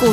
股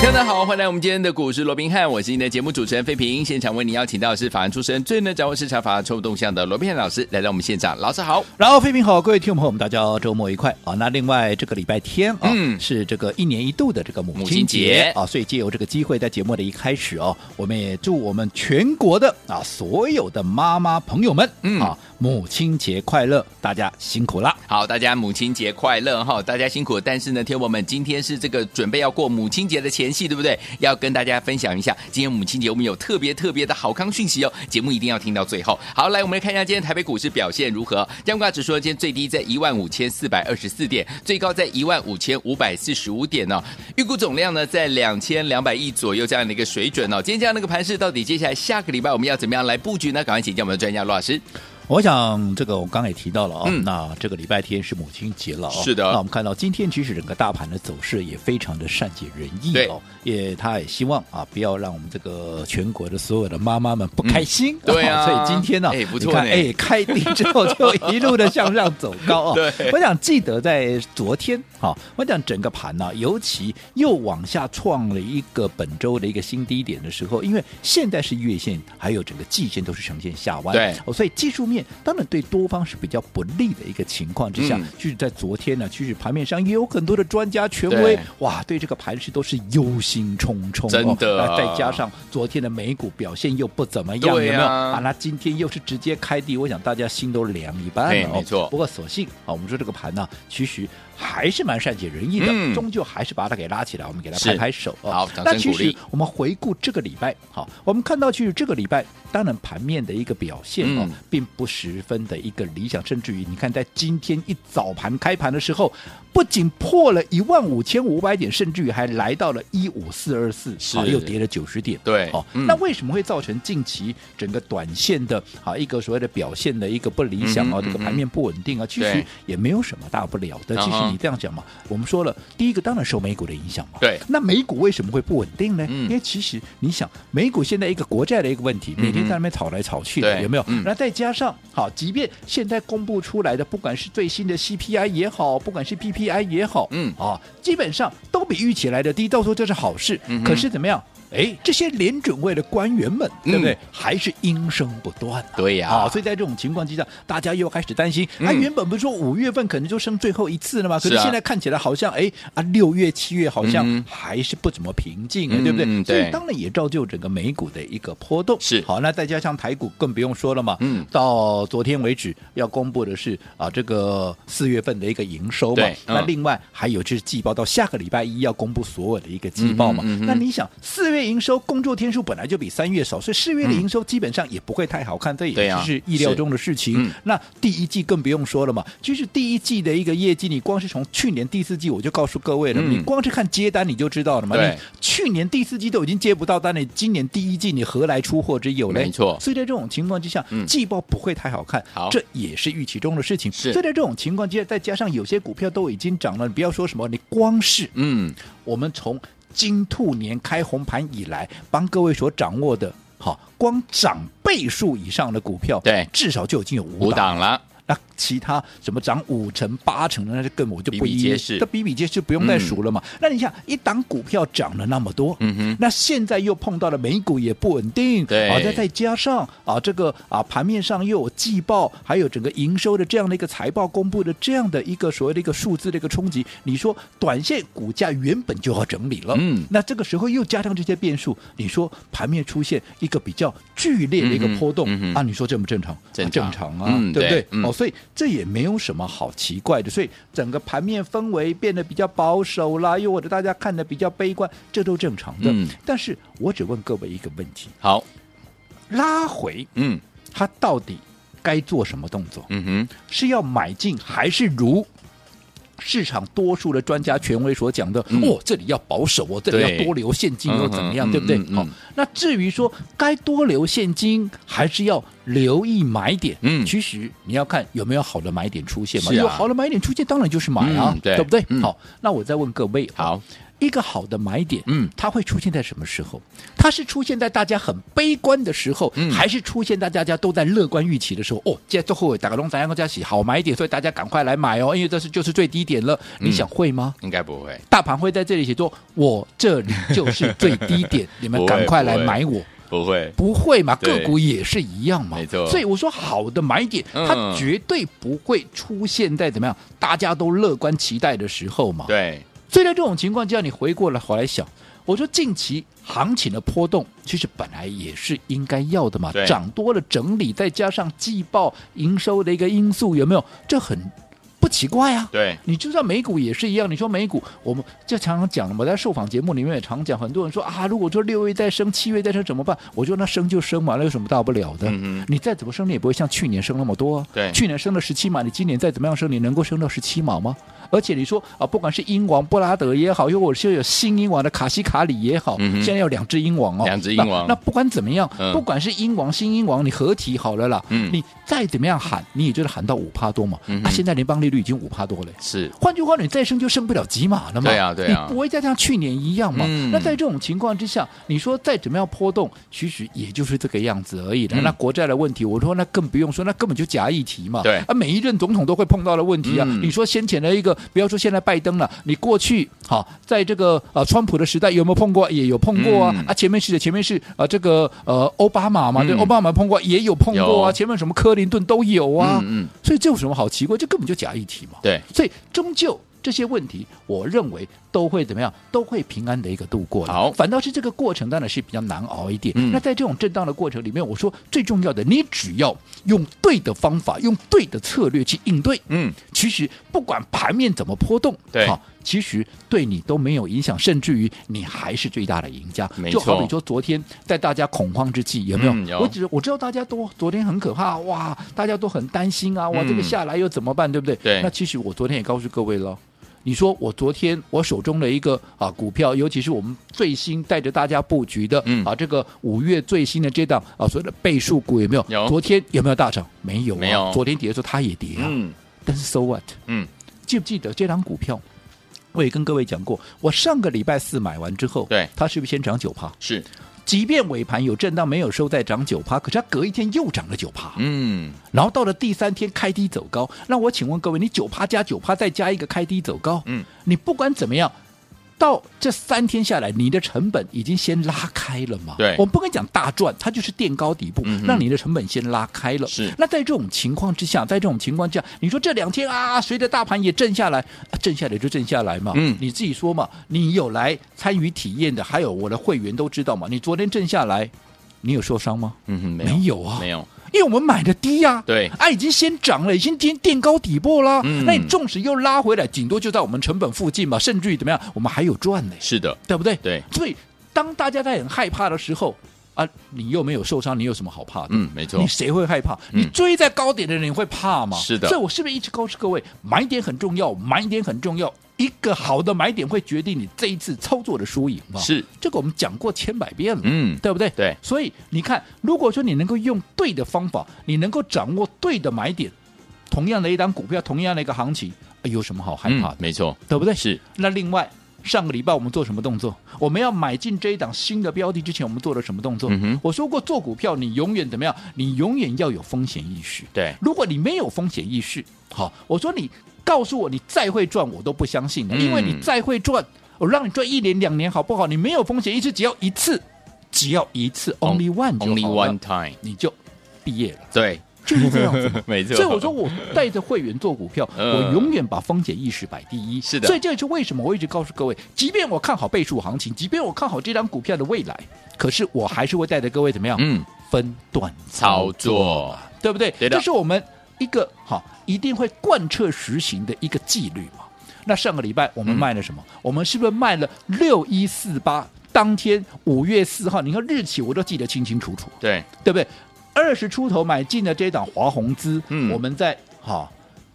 大家好，欢迎来我们今天的股市罗宾汉，我是您的节目主持人费平。现场为您邀请到的是法案出身、最能掌握市场法案臭动向的罗宾汉老师来到我们现场。老师好，然后，飞平好，各位听众朋友们，大家周末愉快啊！那另外这个礼拜天啊，嗯是这个一年一度的这个母母亲亲节节啊，所以借由这个机会，在节目的一开始哦，我们也祝我们全国的啊所有的妈妈朋友们、嗯啊母亲节快乐，大家辛苦啦！好，大家母亲节快乐哈！大家辛苦了，但是呢，天我们今天是这个准备要过母亲节的前夕，对不对？要跟大家分享一下，今天母亲节我们有特别特别的好康讯息哦，节目一定要听到最后。好，来我们来看一下今天台北股市表现如何。加挂指数呢今天最低在15,424点，最高在15,545点哦。预估总量呢在2,200亿左右这样的一个水准哦。今天这样的一个盘势，到底接下来下个礼拜我们要怎么样来布局呢？赶快请教我们的专家罗老师。我想这个我刚刚也提到了哦，嗯那这个礼拜天是母亲节了哦。是的那我们看到今天其实整个大盘的走势也非常的善解人意对哦，也他也希望啊不要让我们这个全国的所有的妈妈们不开心。嗯对啊 所以今天呢、哎不错你看呢哎开低之后就一路的向上走高哦。 对我想记得在昨天啊，我想整个盘呢、尤其又往下创了一个本周的一个新低点的时候，因为现在是月线还有整个季线都是呈现下弯，对哦，所以技术面当然对多方是比较不利的一个情况之下，嗯就是在昨天呢，其实盘面上也有很多的专家权威对，哇，对这个盘势都是忧心忡忡、哦，真的啊那再加上昨天的美股表现又不怎么样，对啊有没有？啊，那今天又是直接开低，我想大家心都凉一半哎了、哦，没错不过所幸啊，我们说这个盘呢、其实还是蛮善解人意的，嗯终究还是把它给拉起来，我们给它是拍拍手、哦。好掌声那其鼓励实我们回顾这个礼拜，好，我们看到其实这个礼拜，当然盘面的一个表现哦，嗯并不十分的一个理想，甚至于你看在今天一早盘开盘的时候，不仅破了一万五千五百点，甚至于还来到了一五四二四，是啊又跌了九十点。对哦，嗯那为什么会造成近期整个短线的啊一个所谓的表现的一个不理想啊，嗯哼这嗯个哼盘面不稳定啊？其对实也没有什么大不了的。其实嗯哼你这样讲嘛，我们说了，第一个当然受美股的影响嘛。对那美股为什么会不稳定呢？嗯因为其实你想，美股现在一个国债的一个问题，每天在那边炒来炒去的，嗯对有没有？嗯那再加上好，即便现在公布出来的，不管是最新的 CPI 也好，不管是 PPI 也好，嗯啊，基本上都比预期来的低，到时候这是好事。嗯哼可是怎么样？哎，这些联准会的官员们，对不对？嗯还是应声不断、啊。对呀啊，所以在这种情况之下，大家又开始担心。嗯啊，原本不是说五月份可能就升最后一次了吗？可是是啊现在看起来好像，哎啊，六月、七月好嗯像哼还是不怎么平静，嗯对不嗯对？所对以当然也造就整个美股的一个波动。是好，那再加上台股更不用说了嘛。嗯到昨天为止要公布的是啊，这个四月份的一个营收嘛对。嗯那另外还有就是季报，到下个礼拜一要公布所有的一个季报嘛。嗯哼嗯哼那你想，四月营收工作天数本来就比三月少，所以四月的营收基本上也不会太好看，这对也呀是意料中的事情。嗯那第一季更不用说了嘛，就是第一季的一个业绩，你光是从去年第四季我就告诉各位了，嗯你光是看接单你就知道了嘛。对你去年第四季都已经接不到单了，你今年第一季你何来出货之有嘞？没错所以在这种情况之下，嗯季报不会太好看，好这也是预期中的事情。是所以在这种情况之下，再加上有些股票都已经涨了，你不要说什么，你光是嗯，我们从金兔年开红盘以来，帮各位所掌握的，好，光涨倍数以上的股票，对至少就已经有五五档。档了，那其他什么涨五成八成的，那就更我就比不比一皆是这比比皆是，不用再数了嘛。那你想，一档股票涨了那么多，嗯哼那现在又碰到了美股也不稳定，对啊，再再加上啊这个啊盘面上又有季报，还有整个营收的这样的一个财报公布的这样的一个所谓的一个数字的一个冲击，你说短线股价原本就要整理了，嗯那这个时候又加上这些变数，你说盘面出现一个比较剧烈的一个嗯哼波动、嗯哼啊，你说正不正常？正常啊正常啊，嗯对不对对？嗯哦，所以这也没有什么好奇怪的。所以整个盘面氛围变得比较保守啦，又或者大家看的比较悲观，这都正常的。嗯但是我只问各位一个问题：好，拉回嗯它到底该做什么动作？嗯哼，是要买进还是如市场多数的专家权威所讲的，嗯哦，这里要保守哦，这里对要多留现金嗯又哼怎么样，嗯对不对？嗯嗯好，那至于说该多留现金，还是要留意买点，嗯其实你要看有没有好的买点出现嘛，是啊有好的买点出现，当然就是买啊，嗯对不对？嗯好，那我再问各位，好，一个好的买点，嗯它会出现在什么时候？它是出现在大家很悲观的时候，嗯还是出现在大家都在乐观预期的时候？哦，现在最后打个龙，大家大家洗好买点，所以大家赶快来买哦，因为这是就是最低点了。嗯你想会吗？应该不会，大盘会在这里写作，我这里就是最低点， 你们不会赶快来不会买我。不会，不会嘛，对个股也是一样嘛，没错所以我说好的买点，嗯它绝对不会出现在怎么样，大家都乐观期待的时候嘛。对，所以在这种情况之下，你回过来回来想，我说近期行情的波动，其实本来也是应该要的嘛对，涨多了整理，再加上季报营收的一个因素，有没有？这很不奇怪啊。对，你就算美股也是一样，你说美股，我们就常常讲了嘛，在受访节目里面也常讲，很多人说啊，如果说六月再升，七月再升怎么办？我说那升就升嘛，那有什么大不了的？嗯哼你再怎么升，你也不会像去年升那么多、啊。对去年升了十七码，你今年再怎么样升，你能够升到十七码吗？而且你说啊，不管是英王布拉德也好，又或者是有新英王的卡西卡里也好，嗯哼现在有两只英王哦，两只英王那。那不管怎么样，嗯不管是英王、新英王，你合体好了啦，嗯你再怎么样喊，你也就是喊到五帕多嘛。嗯哼啊，现在联邦利率已经五帕多了。是，换句话，你再升就升不了几码了嘛？对啊对啊你不会再像去年一样嘛？嗯那在这种情况之下，你说再怎么样波动，其实也就是这个样子而已的。嗯那国债的问题，我说那更不用说，那根本就假议题嘛。对啊，每一任总统都会碰到的问题啊。嗯你说先前的一个，不要说现在拜登了，你过去好、在这个呃川普的时代有没有碰过？也有碰过啊。嗯啊，前面是前面是呃这个呃奥巴马嘛，对，嗯奥巴马碰过，也有碰过有啊。前面什么克林顿都有啊。嗯嗯，所以这有什么好奇怪？这根本就假议题嘛。对，所以终究这些问题，我认为都会怎么样？都会平安的一个度过的。好反倒是这个过程当然是比较难熬一点。嗯那在这种震荡的过程里面，我说最重要的，你只要用对的方法，用对的策略去应对，嗯，其实不管盘面怎么波动，对好其实对你都没有影响，甚至于你还是最大的赢家没。就错好比说昨天在大家恐慌之际，有没有？嗯有我只我知道大家都昨天很可怕，哇，大家都很担心啊，哇，嗯这个下来又怎么办，对不对？对那其实我昨天也告诉各位了。你说我昨天我手中的一个啊股票，尤其是我们最新带着大家布局的、嗯啊这个五月最新的这档啊所谓的倍数股有没有？有昨天有没有大涨？没有、啊，没有昨天跌的时候它也跌啊。嗯但是 so what？嗯，记不记得这张股票？我也跟各位讲过，我上个礼拜四买完之后，对它是不是先涨九趴？是，即便尾盘有震荡，没有收在涨九趴，可是它隔一天又涨了九趴、嗯，然后到了第三天开低走高。那我请问各位，你九趴加九趴再加一个开低走高，嗯，你不管怎么样。到这三天下来，你的成本已经先拉开了嘛？对我们不跟你讲大赚，它就是垫高底部，嗯哼让你的成本先拉开了。是那在这种情况之下，在这种情况之下，你说这两天啊，随着大盘也震下来，啊震下来就震下来嘛。嗯你自己说嘛，你有来参与体验的，还有我的会员都知道嘛。你昨天震下来，你有受伤吗？嗯哼，没有，没有啊没有，因为我们买的低呀、对啊，已经先涨了，已经垫垫高底部啦。嗯那你纵使又拉回来，顶多就在我们成本附近嘛，甚至于怎么样，我们还有赚呢，是的，对不对？对，所以当大家在很害怕的时候啊，你又没有受伤，你有什么好怕的？嗯，没错你，谁会害怕？嗯你追在高点的人，你会怕吗？是的所以我是不是一直告诉各位，买点很重要，买点很重要。一个好的买点会决定你这一次操作的输赢嘛？是，这个我们讲过千百遍了。嗯，对不对？对所以你看，如果说你能够用对的方法，你能够掌握对的买点，同样的一档股票，同样的一个行情，哎有什么好害怕嗯的，？没错，对不对？是，那另外，上个礼拜我们做什么动作？我们要买进这一档新的标的之前，我们做了什么动作？嗯哼我说过，做股票你永远怎么样？你永远要有风险意识。对，如果你没有风险意识，好，我说你告诉我你再会赚，我都不相信的，嗯因为你再会赚，我让你赚一年两年好不好？你没有风险意识，只要一次，只要一次，only one 哦就好了 Only one time，你就毕业了，对， 就是这样子嘛。没错。所以我说，我带着会员做股票，嗯我永远把风险意识摆第一。是的所以这也是为什么我一直告诉各位，即便我看好倍数行情，即便我看好这张股票的未来，可是我还是会带着各位怎么样？嗯，分段操操作，对不对？对的这是我们一个好一定会贯彻实行的一个纪律嘛。那上个礼拜我们卖了什么？嗯我们是不是卖了六一四八？当天五月四号，你看日期我都记得清清楚楚，对，对不对？二十出头买进的这一档华宏资，嗯我们在好、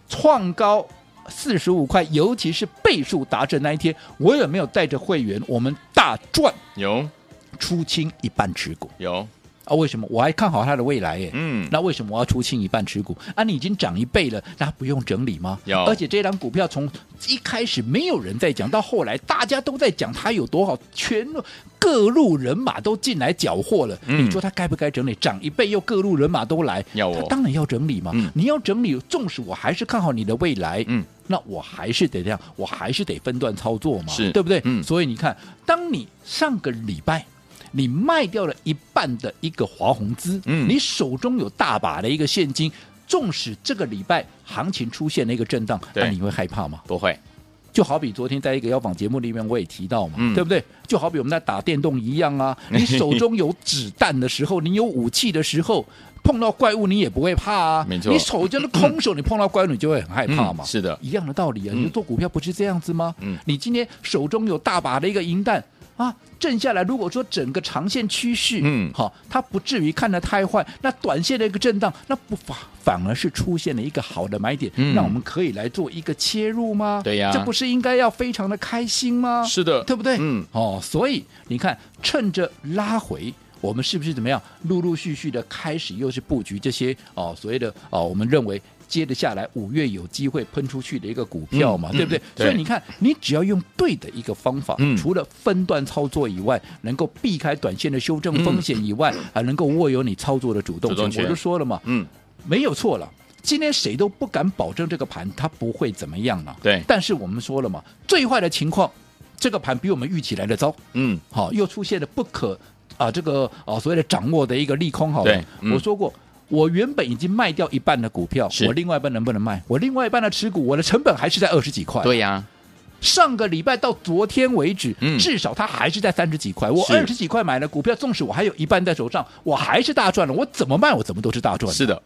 创高四十五块，尤其是倍数达阵那一天，我有没有带着会员我们大赚有出清一半持股有，啊？为什么？我还看好它的未来耶。嗯，那为什么我要出清一半持股？啊，你已经涨一倍了，那不用整理吗？有而且这张股票从一开始没有人在讲，到后来大家都在讲它有多好，全各路人马都进来缴获了。嗯你说它该不该整理？涨一倍又各路人马都来，要哦它当然要整理嘛。嗯你要整理，纵使我还是看好你的未来，嗯，那我还是得这样，我还是得分段操作嘛，是对不对？嗯所以你看，当你上个礼拜。你卖掉了一半的一个华宏资，嗯你手中有大把的一个现金，纵使这个礼拜行情出现了一个震荡，对那你会害怕吗？不会，就好比昨天在一个邀访节目里面我也提到嘛，嗯对不对？就好比我们在打电动一样 啊，你手中有子弹的时候，你有武器的时候。碰到怪物你也不会怕啊，没错你手就是空手，你碰到怪物你就会很害怕嘛。嗯是的一样的道理啊。嗯你做股票不是这样子吗？嗯你今天手中有大把的一个银弹啊，震下来，如果说整个长线趋势，嗯好、它不至于看得太坏，那短线的一个震荡，那不反反而是出现了一个好的买点，嗯那我们可以来做一个切入吗？对呀这不是应该要非常的开心吗？是的对不对？嗯，哦，所以你看，趁着拉回。我们是不是怎么样，陆陆续续的开始又是布局这些哦，所谓的哦，我们认为接着下来五月有机会喷出去的一个股票嘛，嗯对不对？嗯对所以你看，你只要用对的一个方法，嗯除了分段操作以外，能够避开短线的修正风险以外，还能够握有你操作的主嗯动主动权。权我就说了嘛，嗯，没有错了。今天谁都不敢保证这个盘它不会怎么样了。对但是我们说了嘛，最坏的情况，这个盘比我们预期来的糟，嗯，好、又出现了不可啊、这个啊、所谓的掌握的一个利空，好了对嗯我说过。我原本已经卖掉一半的股票是，我另外一半能不能卖？我另外一半的持股，我的成本还是在二十几块。对啊呀，上个礼拜到昨天为止，嗯至少它还是在三十几块。我是二十几块买了股票，纵使我还有一半在手上，我还是大赚了。我怎么卖，我怎么都是大赚。啊是的，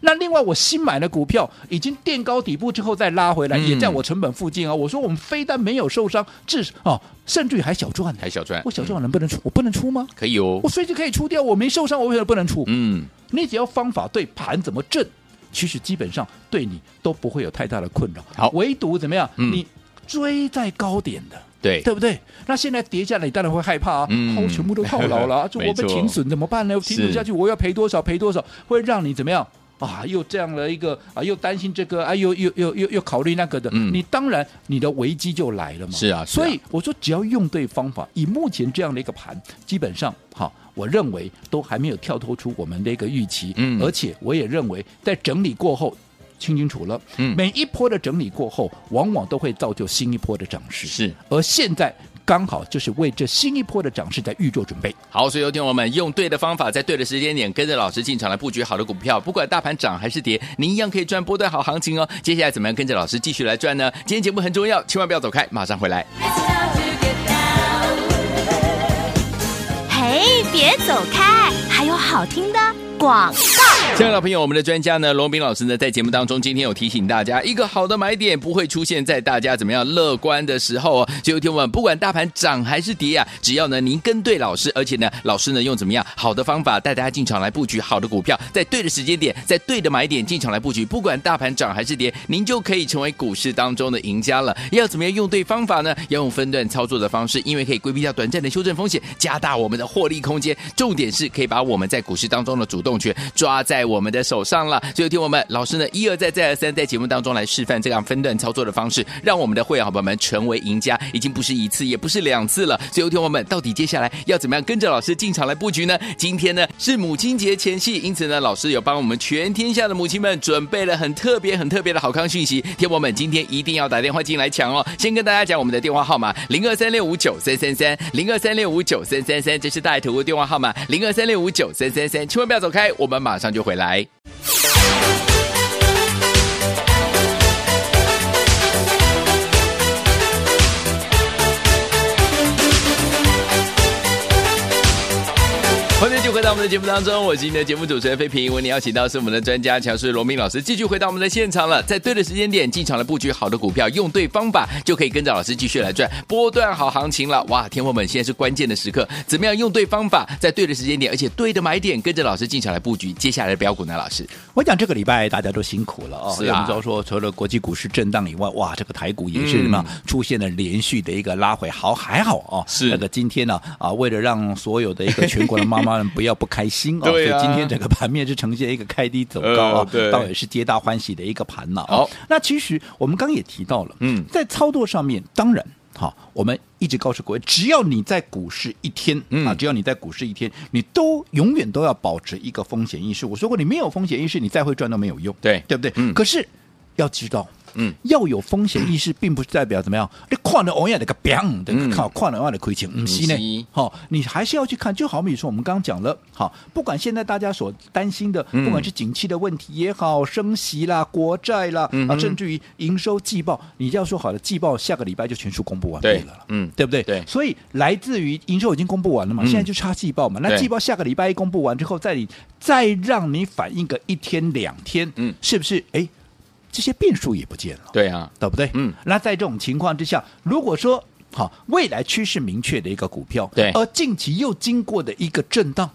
那另外，我新买的股票已经垫高底部之后再拉回来，嗯也在我成本附近啊。我说我们非但没有受伤，至哦，甚至于还小赚呢。还小赚，我小赚能不能出？我不能出吗？可以哦我，随时可以出掉，我没受伤，我为什么不能出？嗯，你只要方法对，盘怎么震，其实基本上对你都不会有太大的困扰。好唯独怎么样？嗯你追在高点的。对，对不对？那现在跌下来，你当然会害怕啊！嗯哦，全部都套牢了 啊，就没我被错停损怎么办呢？是停损下去，我要赔多少？赔多少？会让你怎么样？啊，又这样的一个啊，又担心这个啊，又又又又又考虑那个的，嗯你当然你的危机就来了嘛。是啊是啊所以我说只要用对方法，以目前这样的一个盘，基本上哈，我认为都还没有跳脱出我们的一个预期，嗯而且我也认为在整理过后。清清楚了，嗯每一波的整理过后，往往都会造就新一波的涨势。是。而现在刚好就是为这新一波的涨势在预做准备。好，所以有听我们用对的方法，在对的时间点，跟着老师进场来布局好的股票，不管大盘涨还是跌，您一样可以赚波段好行情哦。接下来怎么样跟着老师继续来赚呢？今天节目很重要，千万不要走开，马上回来。嘿，别走开，还有好听的广。亲爱的朋友，我们的专家呢，龙斌老师呢，在节目当中今天有提醒大家，一个好的买点不会出现在大家怎么样乐观的时候哦。所以，有听我们不管大盘涨还是跌啊，只要呢您跟对老师，而且呢老师呢用怎么样好的方法带大家进场来布局好的股票，在对的时间点，在对的买点进场来布局，不管大盘涨还是跌，您就可以成为股市当中的赢家了。要怎么样用对方法呢？要用分段操作的方式，因为可以规避掉短暂的修正风险，加大我们的获利空间。重点是可以把我们在股市当中的主动权抓在我们的手上了。所以，听我们老师呢一而再再而三在节目当中来示范这样分段操作的方式，让我们的会员好朋友们成为赢家，已经不是一次，也不是两次了。所以，听我们到底接下来要怎么样跟着老师进场来布局呢？今天呢是母亲节前夕，因此呢，老师有帮我们全天下的母亲们准备了很特别、很特别的好康讯息。听我们今天一定要打电话进来抢哦！先跟大家讲我们的电话号码：零二三六五九三三三，零二三六五九三三三，这是大爱投顾电话号码，零二三六五九三三三，千万不要走开，我们马上就回来。欢迎继续回到我们的节目当中，我是你的节目主持人费平。为你邀请到是我们的专家乔氏罗明老师，继续回到我们的现场了。在对的时间点进场来布局好的股票，用对方法就可以跟着老师继续来赚波段好行情了。哇，天后们，现在是关键的时刻，怎么样用对方法，在对的时间点，而且对的买点，跟着老师进场来布局接下来的标股呢？老师，我讲这个礼拜大家都辛苦了哦，是啊因为我们知道说，除了国际股市震荡以外，哇，这个台股也是嗯什么、出现了连续的一个拉回，好还好哦。是那个今天呢啊为了让所有的一个全国的妈妈们不要不开心 哦，对啊所以今天整个盘面是呈现一个开低走高呃哦，对倒也是皆大欢喜的一个盘了、好哦。那其实我们刚刚也提到了，嗯在操作上面，当然。好，我们一直告诉各位，只要你在股市一天、嗯啊，只要你在股市一天，你都永远都要保持一个风险意识。我说过，你没有风险意识，你再会赚都没有用，对对不对？嗯可是要知道，嗯，要有风险意识，并不是代表怎么样，你看了欧亚的个 bang 的嗯看看了欧亚的亏钱，不是不是呢，好、你还是要去看。就好比说，我们刚刚讲了，好，不管现在大家所担心的，嗯不管是景气的问题也好，升息啦、国债啦，嗯啊，哼甚至于营收季报，你要说好了，季报下个礼拜就全数公布完毕对了啦嗯对不对？对所以来自于营收已经公布完了嘛，嗯现在就差季报嘛。那对季报下个礼拜一公布完之后，再你再让你反应个一天两天，嗯是不是？哎，这些变数也不见了。对啊，对不对？嗯那在这种情况之下，如果说好未来趋势明确的一个股票，对而近期又经过的一个震荡，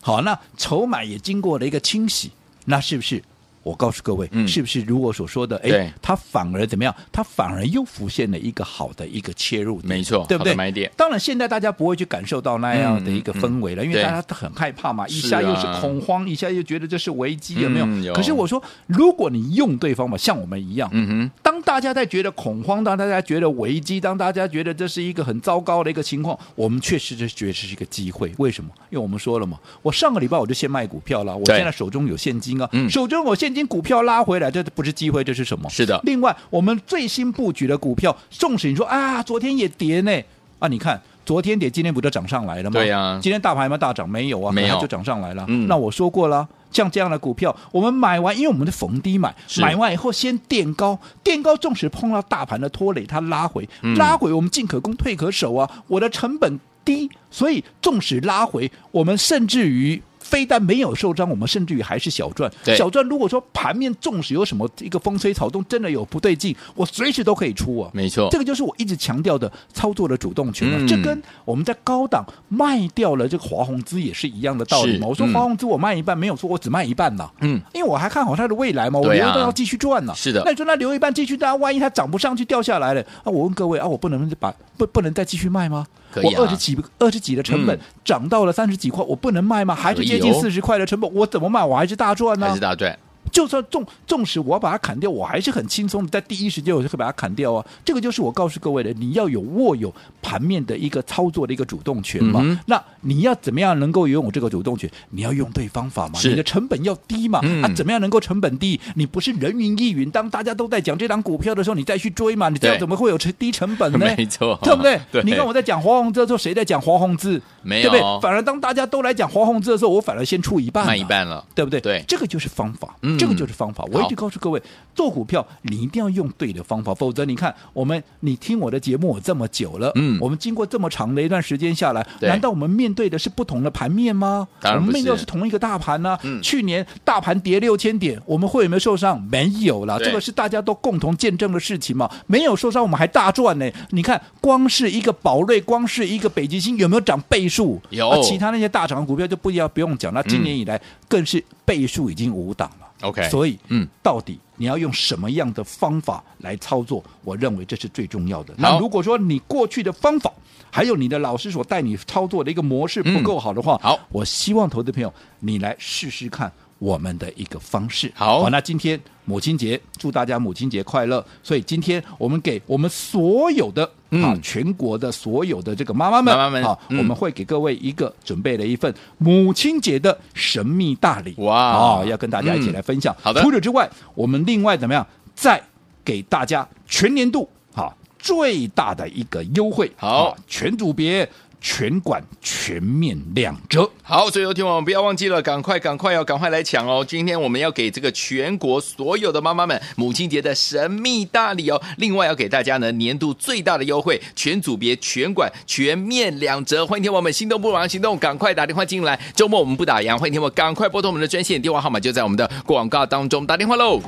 好，那筹码也经过了一个清洗，那是不是？我告诉各位，嗯是不是如我所说的？对哎，它反而怎么样？它反而又浮现了一个好的一个切入点，没错对不好对？的买点当然，现在大家不会去感受到那样的一个嗯嗯氛围了，因为对大家都很害怕嘛，一是下又啊是恐慌，一下又觉得这是危机，有没有？嗯有可是我说，如果你用对方法，像我们一样，嗯哼，当大家在觉得恐慌，当大家觉得危机，当大家觉得这是一个很糟糕的一个情况，我们确实是觉得是一个机会。为什么？因为我们说了嘛，我上个礼拜我就先卖股票了，我对现在手中有现金啊，嗯手中有现金，股票拉回来，这不是机会，这是什么？是的另外，我们最新布局的股票，纵使你说啊，昨天也跌呢，啊，你看。昨天跌，今天不就涨上来了吗？对呀今天大盘有没有大涨？没有啊，没有可它就涨上来了。嗯那我说过了，像这样的股票，我们买完，因为我们的逢低买，是买完以后先垫高，垫高纵使碰到大盘的拖累，它拉回，嗯拉回我们进可攻退可守啊，我的成本低，所以纵使拉回，我们甚至于。非但没有受伤，我们甚至于还是小赚对。小赚，如果说盘面纵使有什么一个风吹草动，真的有不对劲，我随时都可以出啊。没错这个就是我一直强调的操作的主动权了、啊嗯这跟我们在高档卖掉了这个华宏资也是一样的道理是嘛。我说嗯华宏资我卖一半，没有说我只卖一半呐。嗯，因为我还看好它的未来嘛，我对啊留一半要继续赚呢、是的那你说那留一半继续赚，万一它涨不上去掉下来了啊？我问各位啊，我不能把不不能再继续卖吗？可以啊我二十几二十几的成本、嗯涨到了三十几块，我不能卖吗？还是接可以近哦四十块的成本，我怎么卖？我还是大赚呢、嗯还是大赚，就算纵纵使我要把它砍掉，我还是很轻松的，在第一时间我就会把它砍掉啊。这个就是我告诉各位的，你要有握有盘面的一个操作的一个主动权嘛。嗯哼那你要怎么样能够拥有这个主动权？你要用对方法嘛，是你的成本要低嘛。嗯啊，怎么样能够成本低？你不是人云亦云，当大家都在讲这档股票的时候，你再去追嘛，你这样对怎么会有成低成本呢？ 没错对不对？对你看我在讲华宏之后，谁在讲华宏字？没对不对有？反而当大家都来讲华宏字的时候，我反而先出一半、啊卖一。半了，对不对？对这个就是方法，嗯这个就是方法。我一直告诉各位，做股票你一定要用对的方法，否则你看我们，你听我的节目我这么久了，嗯我们经过这么长的一段时间下来，对难道我们面对的是不同的盘面吗？当然我不是们面对的是同一个大盘呢、嗯去年大盘跌六千点，我们会有没有受伤？没有啦，对这个是大家都共同见证的事情嘛。没有受伤，我们还大赚呢。你看，光是一个宝瑞，光是一个北极星，有没有涨倍数？有嗯啊其他那些大涨的股票就不要不用讲，那今年以来更是倍数已经五档了。 OK 所以嗯嗯，到底你要用什么样的方法来操作？我认为这是最重要的。好那如果说你过去的方法，还有你的老师所带你操作的一个模式不够好的话，嗯好我希望投资朋友你来试试看。我们的一个方式，好那今天母亲节，祝大家母亲节快乐！所以今天我们给我们所有的、嗯啊，全国的所有的这个妈妈们，妈妈们啊，嗯我们会给各位一个准备了一份母亲节的神秘大礼，哇哦，要跟大家一起嗯来分享。好的除此之外，我们另外怎么样，再给大家全年度啊最大的一个优惠，好啊全组别。全馆全面两折。好，所以有听我们不要忘记了，赶快赶快要赶快来抢哦！今天我们要给这个全国所有的妈妈们母亲节的神秘大礼哦。另外要给大家呢年度最大的优惠，全组别、全馆、全面两折。欢迎听我们心动不马上行动，赶快打电话进来。周末我们不打烊，欢迎听我赶快拨通我们的专线电话号码，就在我们的广告当中，打电话喽。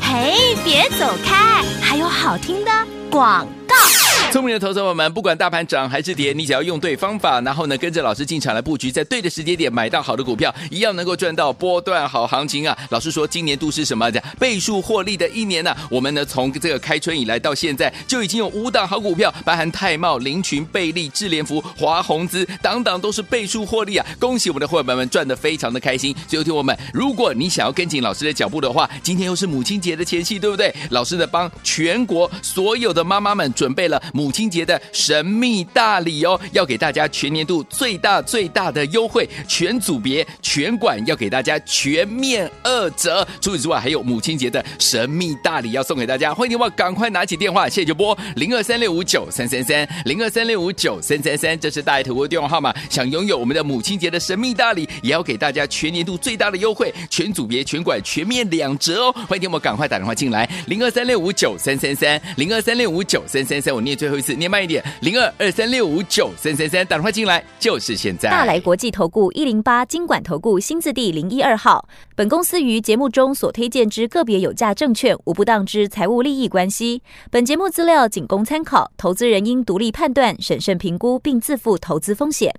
嘿，别走开，还有好听的广告。聪明的投资者们，不管大盘涨还是跌，你只要用对方法，然后呢跟着老师进场来布局，在对的时间点买到好的股票，一样能够赚到波段好行情啊！老师说，今年度是什么？讲倍数获利的一年呢、我们呢从这个开春以来到现在，就已经有五档好股票，包含泰茂、林群、贝利、智联福、华宏资，档档都是倍数获利啊！恭喜我们的伙伴们赚的非常的开心。所以，听我们，如果你想要跟紧老师的脚步的话，今天又是母亲节的前夕，对不对？老师呢帮全国所有的妈妈们准备了母亲节的神秘大礼哦，要给大家全年度最大最大的优惠，全组别全馆要给大家全面二折。除此之外，还有母亲节的神秘大礼要送给大家，欢迎电话赶快拿起电话，现在就拨零二三六五九三三三零二三六五九三三三，这是大爱投顾电话号码。想拥有我们的母亲节的神秘大礼，也要给大家全年度最大的优惠，全组别全馆全面两折哦。欢迎听我赶快打电话进来，零二三六五九三三三零二三六五九三三三，我念最后一次，念慢一点，零二二三六五九三三三，打电话进来就是现在。大来国际投顾一零八金管投顾新字第零一二号。本公司于节目中所推荐之个别有价证券，无不当之财务利益关系。本节目资料仅供参考，投资人应独立判断、审慎评估，并自负投资风险。